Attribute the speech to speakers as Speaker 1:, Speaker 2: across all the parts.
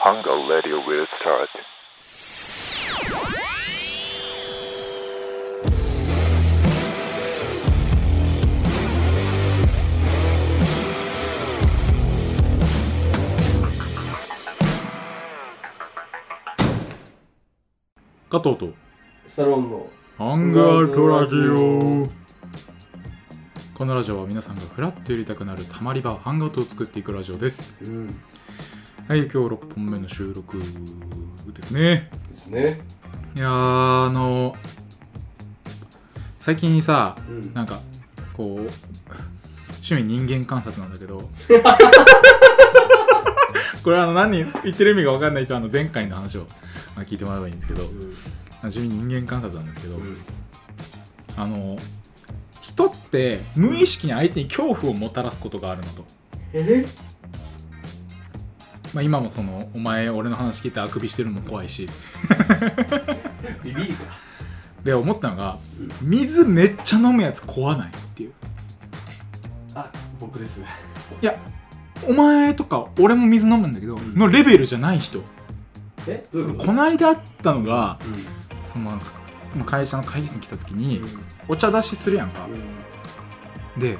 Speaker 1: Hango Radio will start.
Speaker 2: 加藤と
Speaker 3: スタローンの
Speaker 2: ハングアウトラジオこのラジオは皆さんがフラッとやりたくなるたまり場ハンガウトを作っていくラジオです
Speaker 3: うん
Speaker 2: はい今日6本目の収録ですね
Speaker 3: ですね
Speaker 2: いやーあの最近さ
Speaker 3: うん
Speaker 2: なんかこう趣味人間観察なんだけ どこれあの何言ってる意味が分かんない人はあの前回の話をまあ聞いてもらえばいいんですけど
Speaker 3: うん
Speaker 2: 趣味人間観察なんですけど、
Speaker 3: うん
Speaker 2: あの人って無意識に相手に恐怖をもたらすことがあるのと、
Speaker 3: え
Speaker 2: まあ、今もそのお前俺の話聞いてあくびしてるのも怖いし
Speaker 3: ビビるか
Speaker 2: で思ったのが水めっちゃ飲むやつ怖ないっていう
Speaker 3: あ僕です
Speaker 2: いやお前とか俺も水飲むんだけどのレベルじゃない人
Speaker 3: えどういうこと
Speaker 2: こないだあったのが
Speaker 3: うん
Speaker 2: そのなんか会社の会議室に来た時
Speaker 3: う
Speaker 2: に
Speaker 3: ん
Speaker 2: お茶出しするやんか
Speaker 3: うん
Speaker 2: で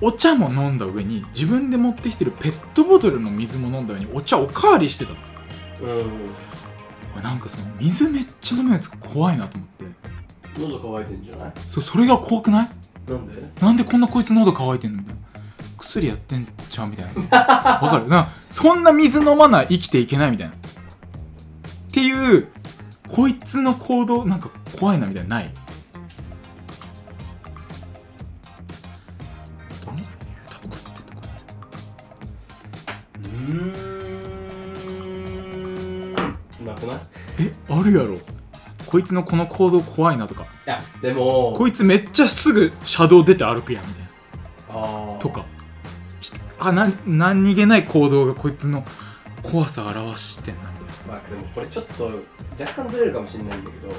Speaker 2: お茶も飲んだ上に自分で持ってきてるペットボトルの水も飲んだ上にお茶おかわりしてたの
Speaker 3: うん
Speaker 2: 俺なんかその水めっちゃ飲むやつ怖いなと思って
Speaker 3: 喉乾いてんじゃない
Speaker 2: そそれが怖くない
Speaker 3: なんで
Speaker 2: なんでこんなこいつ喉乾いてんのみたいな薬やってんちゃうみたい なわかるなそんな水飲まない生きていけないみたいなっていうこいつの行動なんか怖いなみたいなのないどのタイミングでタバコ吸ってとかです
Speaker 3: うーんなくないい
Speaker 2: えあるやろこいつのこの行動怖いなとか
Speaker 3: やでも
Speaker 2: こいつめっちゃすぐ車道出て歩くやんみたいな
Speaker 3: あー
Speaker 2: とかひあな何気ない行動がこいつの怖さを表してんなみたいな
Speaker 3: まあでもこれちょっと若干ずれるかもしれないんだけど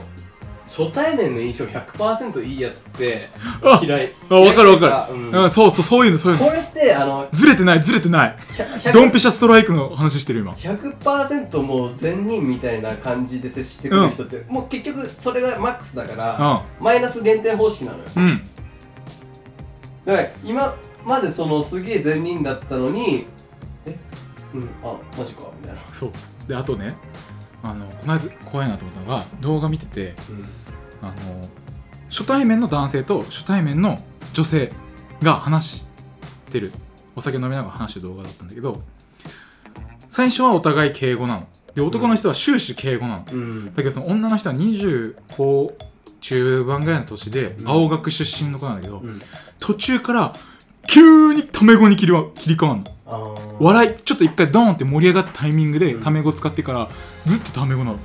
Speaker 3: 初対面の印象100%いいやつって
Speaker 2: あ
Speaker 3: 嫌い
Speaker 2: あわかるわか
Speaker 3: る、うん
Speaker 2: る、うん、そうそうそういうのそういうの
Speaker 3: これってあの
Speaker 2: ずれてないずれてない
Speaker 3: 100
Speaker 2: ドンピシャストライクの話してる今
Speaker 3: 100%もう善人みたいな感じで接してくる人って、もう結局それがマックスだから、マイナス減点方式なのよ
Speaker 2: うんうん
Speaker 3: だから今までそのすげえ善人だったのにえうんあマジかみたいな
Speaker 2: そうであとねあのこの間怖いなと思ったのが動画見ててあの初対面の男性と初対面の女性が話してるお酒飲みながら話してる動画だったんだけど最初はお互い敬語なので男の人は終始敬語なの、だ
Speaker 3: うん、うん、
Speaker 2: けどその女の人は20こう中盤ぐらいの年で
Speaker 3: うん
Speaker 2: 青学出身の子なんだけど、
Speaker 3: うん
Speaker 2: 途中から急にタメ語に切りわ切り替わんの
Speaker 3: あー
Speaker 2: 笑いちょっと一回ドーンって盛り上がったタイミングで
Speaker 3: うん
Speaker 2: タメ語使ってからずっとタメ語なの
Speaker 3: う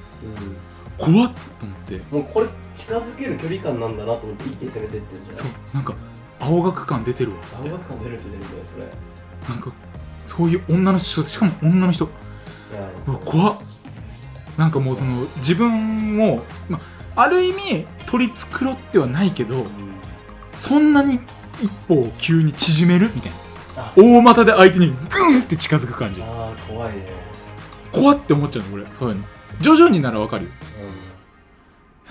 Speaker 2: 怖っと思って
Speaker 3: ん、もうこれ近づける距離感なんだなと思って一気に攻めてってんじゃん
Speaker 2: そうなんか青学感出てるわみたい
Speaker 3: 青
Speaker 2: な
Speaker 3: 学感出るって出るんだよそれい
Speaker 2: なんかそういう女の人しかも女の人
Speaker 3: や
Speaker 2: う
Speaker 3: そ
Speaker 2: わ
Speaker 3: う
Speaker 2: 怖っなんかもうその自分を、まあ、ある意味取り繕ってはないけど
Speaker 3: うん
Speaker 2: そんなに一歩を急に縮めるみたいな
Speaker 3: あ
Speaker 2: 大股で相手にグンって近づく感じ
Speaker 3: あー怖いね
Speaker 2: 怖って思っちゃうの俺そういうの徐々にならわかるよ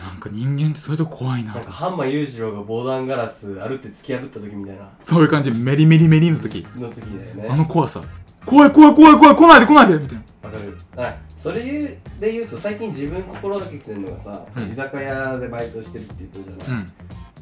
Speaker 2: なんか人間ってそういうとこ怖い
Speaker 3: うん
Speaker 2: な
Speaker 3: なんか半馬裕次郎が防弾ガラス歩って突き破った時みたいな
Speaker 2: そういう感じメリメリメリの時
Speaker 3: の時だよね
Speaker 2: あの怖さ怖い怖い怖い怖い来ないで来ないでみたいな
Speaker 3: わかるはいそれ言うで言うと最近自分心がけてるのがさ、
Speaker 2: うん
Speaker 3: 居酒屋でバイトしてるって言ったじゃ
Speaker 2: う
Speaker 3: ない、
Speaker 2: ん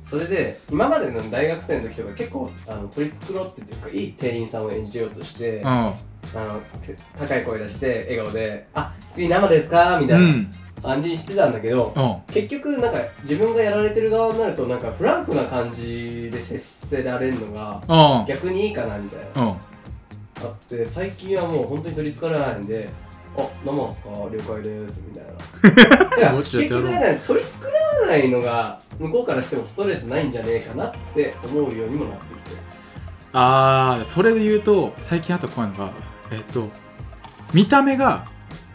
Speaker 3: それで今までの大学生の時とか結構あの取り繕ってというかいい店員さんを演じようとして、あ
Speaker 2: あ
Speaker 3: のて高い声出して笑顔で「あ次生ですか?」み
Speaker 2: あう
Speaker 3: たいなん感じにしてたんだけど、
Speaker 2: うん
Speaker 3: 結局なんか自分がやられてる側になるとなんかフランクな感じで接せられるのが
Speaker 2: うん
Speaker 3: 逆にいいかなみたいな
Speaker 2: うん
Speaker 3: あって最近はもう本当に取りつかれないんで「あ生ですか了解です」みたい
Speaker 2: もうちょっと
Speaker 3: な結
Speaker 2: やろう
Speaker 3: 局ね取りつからないのが向こうからしてもストレスないんじゃねえかなって思うようにもなってきて
Speaker 2: ああそれで言うと最近あと怖いのがえっ、と見た目が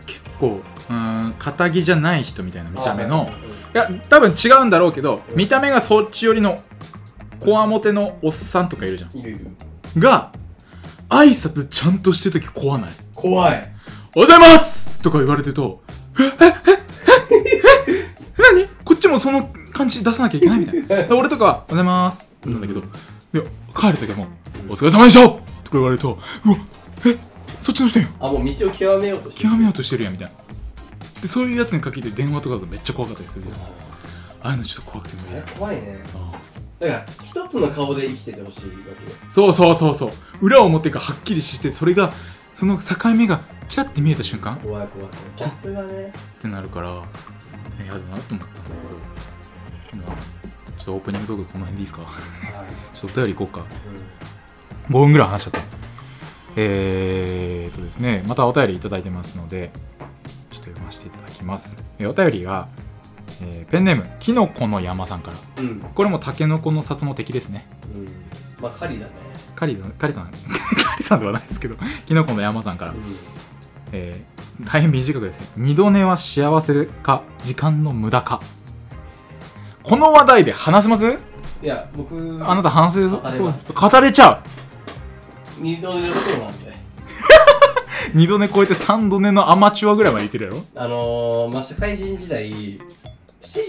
Speaker 2: 結構うーん堅気じゃない人みたいな見た目のいや多分違うんだろうけど
Speaker 3: うん
Speaker 2: 見た目がそっち寄りのこわもてのおっさんとかいるじゃ
Speaker 3: いるいる
Speaker 2: んが挨拶ちゃんとしてる時怖ない
Speaker 3: 怖い
Speaker 2: おはようございますとか言われてると「ええええええ何こっちもその感じ出さなきゃいけないみたいなで俺とかは「おはようございます」なんだけどで帰る時はもう「お疲れ様でした!」とか言われると「うわえそっちの人やん
Speaker 3: あもう道を極めようとして
Speaker 2: 極めようとしてるやん」みたいなでそういうやつに限って電話とかだとめっちゃ怖かったりするけど
Speaker 3: あ
Speaker 2: ああいうのちょっと怖くて無理
Speaker 3: れ
Speaker 2: だ
Speaker 3: 怖いね
Speaker 2: ああ
Speaker 3: だから一つの顔で生きててほしいわ
Speaker 2: そうそうそうそう裏表がはっきりしてそれがその境目がちらって見えた瞬間っ
Speaker 3: け怖い怖いギャップがね
Speaker 2: てなるからえやだなと思ったまあちょっとオープニングトークこの辺でいいですか
Speaker 3: はい、
Speaker 2: ちょっとお便り行こうか
Speaker 3: う
Speaker 2: 5分ぐらい話しちゃったえー、っとですねまたお便りいただいてますのでちょっと読ませていただきますえお便りが、えーペンネームきのこの山さんから
Speaker 3: んうん
Speaker 2: これもたけのこの里の敵ですね
Speaker 3: うんまあ狩りだね
Speaker 2: カリさんカリさん カリさんではないですけどきのこの山さんから
Speaker 3: う
Speaker 2: えー大変短くですね二度寝は幸せか時間の無駄かこの話題で話せます
Speaker 3: んいや僕
Speaker 2: あなた反省
Speaker 3: 語れます
Speaker 2: です語れちゃう
Speaker 3: 二度寝のことなんで
Speaker 2: 二度寝超えて三度寝のアマチュアぐらいまでいってるやろ
Speaker 3: あのー、まあ社会人時代7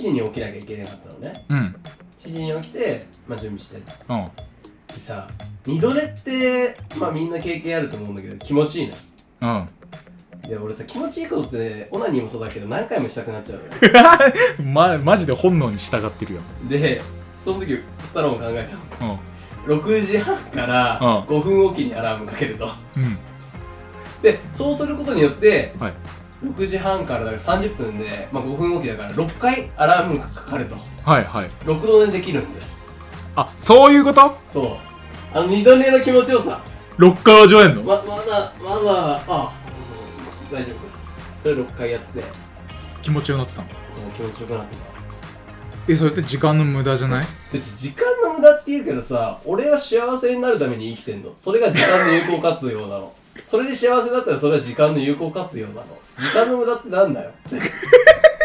Speaker 3: 時に起きなきゃいけなかったのね
Speaker 2: うんうん
Speaker 3: 7時に起きて、まあ、準備してでさ二度寝ってまあみんな経験あると思うんだけど気持ちいいな
Speaker 2: うん
Speaker 3: で俺さ気持ちいいことってオナニーもそうだけど何回もしたくなっちゃうのよ
Speaker 2: ま、マジで本能に従ってるよ、
Speaker 3: でその時スタローン考えたの
Speaker 2: う
Speaker 3: 6時半から
Speaker 2: うん
Speaker 3: 5分おきにアラームかけると
Speaker 2: んうん
Speaker 3: でそうすることによって、
Speaker 2: はい
Speaker 3: 6時半からだから30分で、まあ、5分おきだから6回アラームがかかると
Speaker 2: はいはい
Speaker 3: 6度寝できるんです
Speaker 2: あそういうこと
Speaker 3: そうあの二度寝の気持ちよさ
Speaker 2: 6回味わえんの
Speaker 3: ままだまだあうん大丈夫ですそれ6回やって
Speaker 2: 気持ちよくなってたの
Speaker 3: その気持ちよくなってた
Speaker 2: えそれって時間の無駄じゃない
Speaker 3: 別に時間の無駄って言うけどさ俺は幸せになるために生きてんのそれが時間の有効活用なのそれで幸せだったらそれは時間の有効活用なの時間の無駄ってなんだよ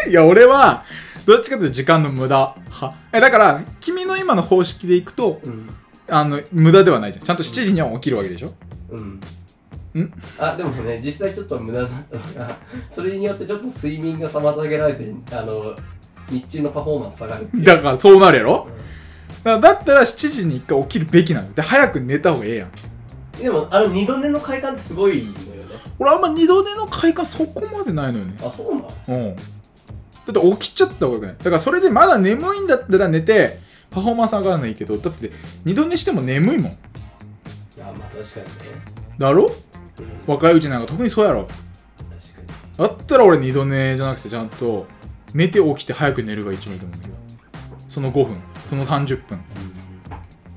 Speaker 2: いや、俺は、どっちかというと時間の無駄派。え、だから、君の今の方式でいくと、
Speaker 3: うん
Speaker 2: あの、無駄ではないじゃん。ちゃんと7時には起きるわけでしょ
Speaker 3: うん
Speaker 2: ん
Speaker 3: あでもね実際ちょっと無駄だったのがそれによってちょっと睡眠が妨げられてあの日中のパフォーマンス下がるっていう
Speaker 2: だから、そうなるやろだだったら7時に一回起きるべきなんだ。で、早く寝た方がええやん。
Speaker 3: でもあの二度寝の快感ってすごいのよね
Speaker 2: 俺あんま二度寝の快感そこまでないのよね。
Speaker 3: あそうなの
Speaker 2: うん。だって起きちゃった方がよくない。だからそれでまだ眠いんだったら寝て、パフォーマンス上がらないいけど、だって二度寝しても眠いもん。
Speaker 3: あまあ確かにね
Speaker 2: だろ
Speaker 3: うん
Speaker 2: 若いうちなんか特にそうやろ。
Speaker 3: 確かに
Speaker 2: だったら俺二度寝じゃなくてちゃんと寝て起きて早く寝るが一番いいと思うんだけどその5分その30分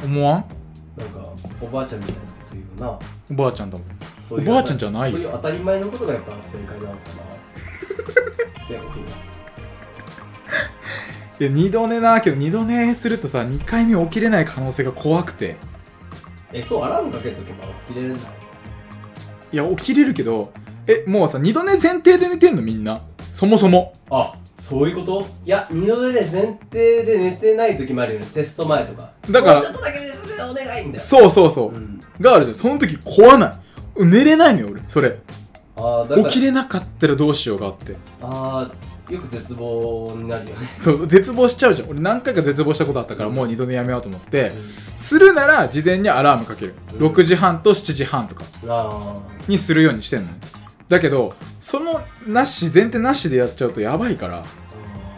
Speaker 2: 思わん
Speaker 3: なんかおばあちゃんみたいなこと言うな
Speaker 2: おばあちゃんだもん
Speaker 3: そういう
Speaker 2: おばあちゃんじゃないよ
Speaker 3: そういう当たり前のことがやっぱ正解 なのかなって思います
Speaker 2: で二度寝なけど二度寝するとさ2回目起きれない可能性が怖くて
Speaker 3: えそうアラームかけとけば起きれるんだよ
Speaker 2: いや起きれるけどえもうさ二度寝前提で寝てんのみんなそもそも
Speaker 3: あそういうこといや二度寝で前提で寝てない時もあるよねテスト前とか
Speaker 2: だから
Speaker 3: もうちょっとだけ寝させてお願いみたいな
Speaker 2: そうそうそう、
Speaker 3: ん、
Speaker 2: があるじゃんその時怖ない寝れないのよ俺それ
Speaker 3: ああだから
Speaker 2: 起きれなかったらどうしようがあって
Speaker 3: ああよく絶望になるよね
Speaker 2: そう絶望しちゃうじゃん俺何回か絶望したことあったからもう二度寝やめようと思って、するなら事前にアラームかける
Speaker 3: うん
Speaker 2: 6時半と7時半とか
Speaker 3: あ
Speaker 2: にするようにしてんのねだけどそのなし前提なしでやっちゃうとやばいから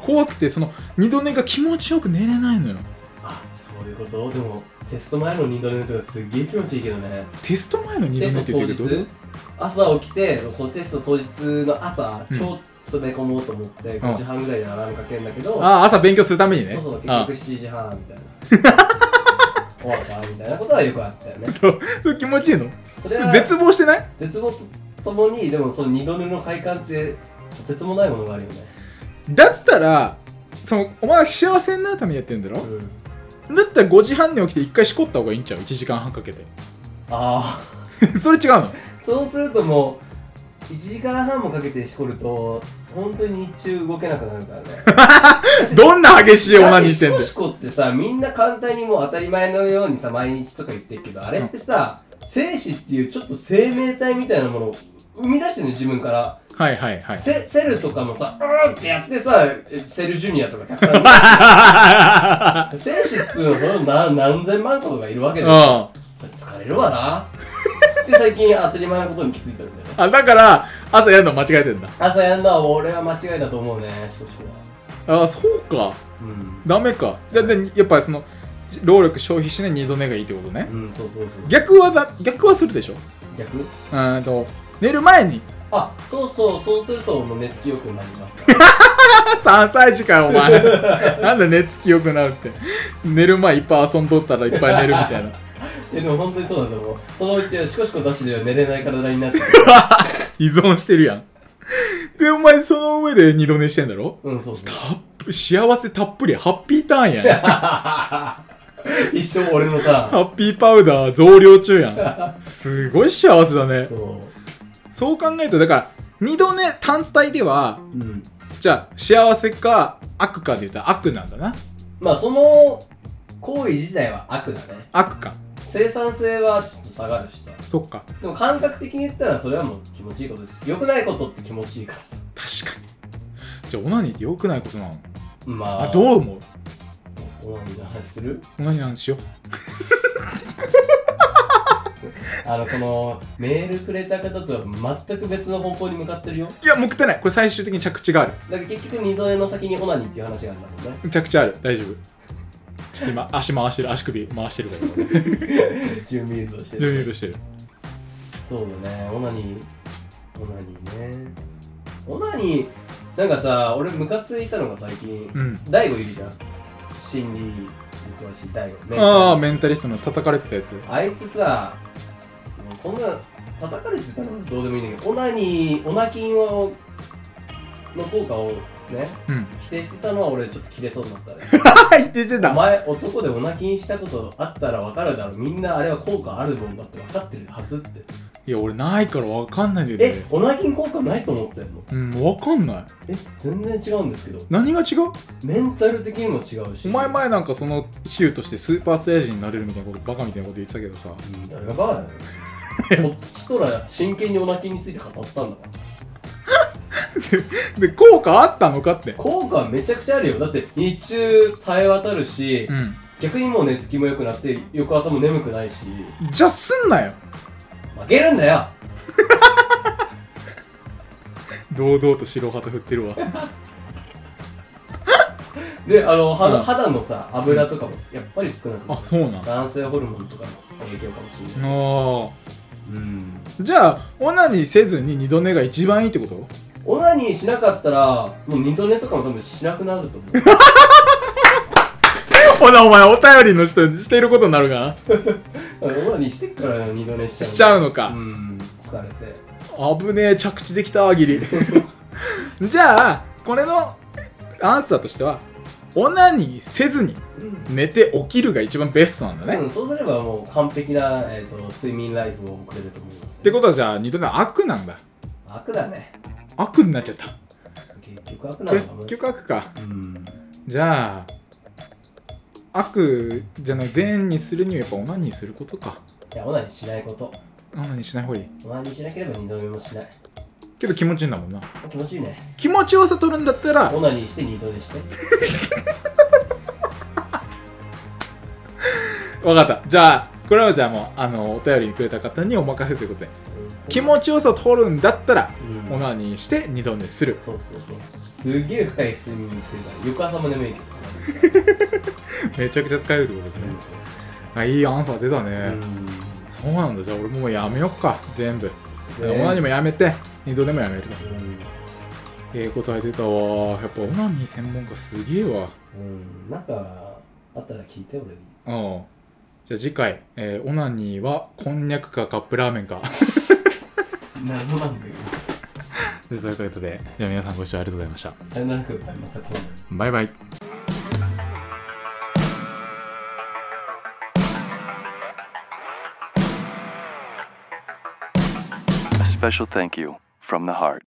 Speaker 3: ー
Speaker 2: 怖くてその二度寝が気持ちよく寝れないのよ
Speaker 3: あそういうことでもテスト前の二度寝とかすっげえ気持ちいいけどね
Speaker 2: テスト前の二度
Speaker 3: テ
Speaker 2: 寝
Speaker 3: ス
Speaker 2: って
Speaker 3: ト
Speaker 2: 言
Speaker 3: 当
Speaker 2: ってるけど
Speaker 3: 日朝起きてそのテスト当日の朝、
Speaker 2: うん
Speaker 3: 超詰め込もうと思って5時半ぐらいにアラームかけるんだけど、
Speaker 2: ああ朝勉強するためにね
Speaker 3: そうそう結局
Speaker 2: あ
Speaker 3: 7時半みたいな 終わったみたいなことはよくあったよね
Speaker 2: あそうそう気持ちいいの
Speaker 3: それは
Speaker 2: 絶望してない
Speaker 3: 絶望とともにでもその二度寝の快感ってとてつもないものがあるよね
Speaker 2: だったらそのお前は幸せになるためにやってるんだろ、
Speaker 3: うん
Speaker 2: だったら5時半に起きて一回しこった方がいいんちゃう1時間半かけて
Speaker 3: あ
Speaker 2: それ違うの
Speaker 3: あそうするともう1時間半もかけてしこると本当に日中動けなくなるからね
Speaker 2: どんな激しいオナニーしてんだよ
Speaker 3: だ ってシコシコってさみんな簡単にもう当たり前のようにさ毎日とか言ってるけどあれってさ、精子っていうちょっと生命体みたいなものを生み出してるの自分から
Speaker 2: はいはい はい
Speaker 3: セセルとかもさ、うーんってやってさ、セルジュニアとかたくさんいる。戦士っつうの、その何何千万個とかいるわけ で
Speaker 2: うん
Speaker 3: それ疲れるわな。って最近当たり前のことに気づいたんだよね。
Speaker 2: あだから朝やるの間違えてんだ
Speaker 3: 朝やんのは俺は間違いだと思うね、少々は。
Speaker 2: あそうか
Speaker 3: うん。
Speaker 2: ダメかじゃあでやっぱりその労力消費しない二度寝がいいってことね
Speaker 3: うん、そうそうそう。
Speaker 2: 逆はだ逆はするでしょう
Speaker 3: 逆
Speaker 2: ーんと寝る前に
Speaker 3: あ、そうそう、そうするともう寝つきよくなりますから。
Speaker 2: 3歳児かよお前なんで寝つきよくなるって寝る前いっぱい遊んどったらいっぱい寝るみたいな
Speaker 3: え、でも本当にそうだと思う。そのうちはシコシコ出しでは寝れない体になってくる。
Speaker 2: 依存してるやんでお前その上で二度寝してんだろ
Speaker 3: うん、そ うそう。
Speaker 2: たっぷ幸せたっぷりハッピーターンやん
Speaker 3: 一生俺のさ、
Speaker 2: ハッピーパウダー増量中やんすごい幸せだね
Speaker 3: そ
Speaker 2: そう考えるとだから二度寝単体では
Speaker 3: う。うん。
Speaker 2: じゃあ幸せか悪かで言ったら悪なんだな
Speaker 3: まあその行為自体は悪だね
Speaker 2: 悪か
Speaker 3: 生産性はちょっと下がるしさ
Speaker 2: そっか
Speaker 3: でも感覚的に言ったらそれはもう気持ちいいことです良くないことって気持ちいいからさ
Speaker 2: 確かにじゃあオナニーって良くないことなの
Speaker 3: まあ
Speaker 2: あどう思う
Speaker 3: うオナニーの話する
Speaker 2: オナニーなんしよ
Speaker 3: あのこのメールくれた方とは全く別の方向に向かってるよ
Speaker 2: ういやもう食ってないこれ最終的に着地がある
Speaker 3: だから結局二度寝の先にオナニーっていう話があるんだもんね
Speaker 2: 着地ある大丈夫ちょっと 今足回してる足首回してる から準
Speaker 3: 準備運動して
Speaker 2: 備運
Speaker 3: る
Speaker 2: 動してる
Speaker 3: そうだねオナニーオナニーねオナニーなんかさ俺ムカついたのが最近
Speaker 2: うん
Speaker 3: 大悟いるじゃん心理に詳しい大悟メンタリスト
Speaker 2: ああメンタリストの叩かれてたやつ
Speaker 3: あいつさもうそんな叩かれてたのどうでもいいんだけどオナニーオナキンをの効果をね
Speaker 2: うん
Speaker 3: 否定してたのは俺ちょっと切れそうになったね
Speaker 2: はい否定して
Speaker 3: お
Speaker 2: た
Speaker 3: 前男でオナキンしたことあったら分かるだろみんなあれは効果あるもんだって分かってるはずって
Speaker 2: いや俺ないから分かんないんだよ
Speaker 3: え
Speaker 2: ね
Speaker 3: オナキン効果ないと思ってんの
Speaker 2: うん分かんない
Speaker 3: え全然違うんですけど
Speaker 2: 何が違う
Speaker 3: メンタル的にも違うし
Speaker 2: お前前なんかその比喩としてスーパーサイヤ人になれるみたいなことバカみたいなこと言ってたけど さ
Speaker 3: うん誰がバカだよ こっちとら真剣にオナキンについて語ったんだから
Speaker 2: で効果あったのかって
Speaker 3: 効果はめちゃくちゃあるよだって日中さえ渡るし、
Speaker 2: うん
Speaker 3: 逆にもう寝つきも良くなって翌朝も眠くないし
Speaker 2: じゃあすんなよ
Speaker 3: 負けるんだよ
Speaker 2: 堂々と白旗振ってるわ
Speaker 3: であの肌,、
Speaker 2: うん
Speaker 3: 肌のさ油とかもやっぱり少なくな
Speaker 2: あ
Speaker 3: る
Speaker 2: そうなんあ
Speaker 3: 男性ホルモンとかの影響かもしれない
Speaker 2: あ
Speaker 3: うん
Speaker 2: じゃあオナニーせずに二度寝が一番いいってこと
Speaker 3: オナニーしなかったらもう二度寝とかも多分しなくなる と思う
Speaker 2: ほなお前お便りの人していることになるか
Speaker 3: オナニーしてっから二度寝しちゃう
Speaker 2: なしちゃう
Speaker 3: の
Speaker 2: のか、
Speaker 3: うん疲れて
Speaker 2: 危ねえ着地できた ギリじゃあこれのアンサーとしてはオナニーせずに
Speaker 3: うん
Speaker 2: 寝て起きるが一番ベストなんだね、
Speaker 3: うん、そうすればもう完璧な、えー、と睡眠ライフを送れると思います、
Speaker 2: ってことはじゃあ二度寝は悪なんだ
Speaker 3: 悪だね
Speaker 2: 悪になっちゃった
Speaker 3: 結局悪なのかも
Speaker 2: 結局悪か
Speaker 3: うん
Speaker 2: じゃあ悪じゃない善にするにはやっぱオナニーすることか
Speaker 3: いやオナニーしないこと
Speaker 2: オナニーしない方がいい
Speaker 3: オナニーしなければ二度寝もしない
Speaker 2: けど気持ちいいんだもんな
Speaker 3: 気持ちいいね
Speaker 2: 気持ちよさ取るんだったら
Speaker 3: オナニーして二度寝して
Speaker 2: 分かったじゃあこれはじゃあもうあのお便りにくれた方にお任せということで気
Speaker 3: ち
Speaker 2: 持ちよさを取るんだったら
Speaker 3: いい、うん
Speaker 2: オナニーして二度寝する
Speaker 3: そうそうそうすげえ深い睡眠にするから翌朝も眠い けど
Speaker 2: めちゃくちゃ使えるってことですね
Speaker 3: うんそうそう
Speaker 2: あいいアンサー出たね、
Speaker 3: そううん
Speaker 2: そうなんだじゃあ俺もうやめよっか全部、
Speaker 3: ね
Speaker 2: オナニーもやめて二度寝もやめる
Speaker 3: うん
Speaker 2: ええ答え出たわやっぱオナニー専門家すげえわ
Speaker 3: うんなんかあったら聞いて俺に
Speaker 2: うんじゃあ次回、えーオナニーはこんにゃくかカップラーメンか
Speaker 3: 謎なんだけど
Speaker 2: でそういうことでじゃあ皆さんご視聴ありがとうございました
Speaker 3: さよなら空間また今度
Speaker 2: バイバイ
Speaker 4: A special thank you from the heart.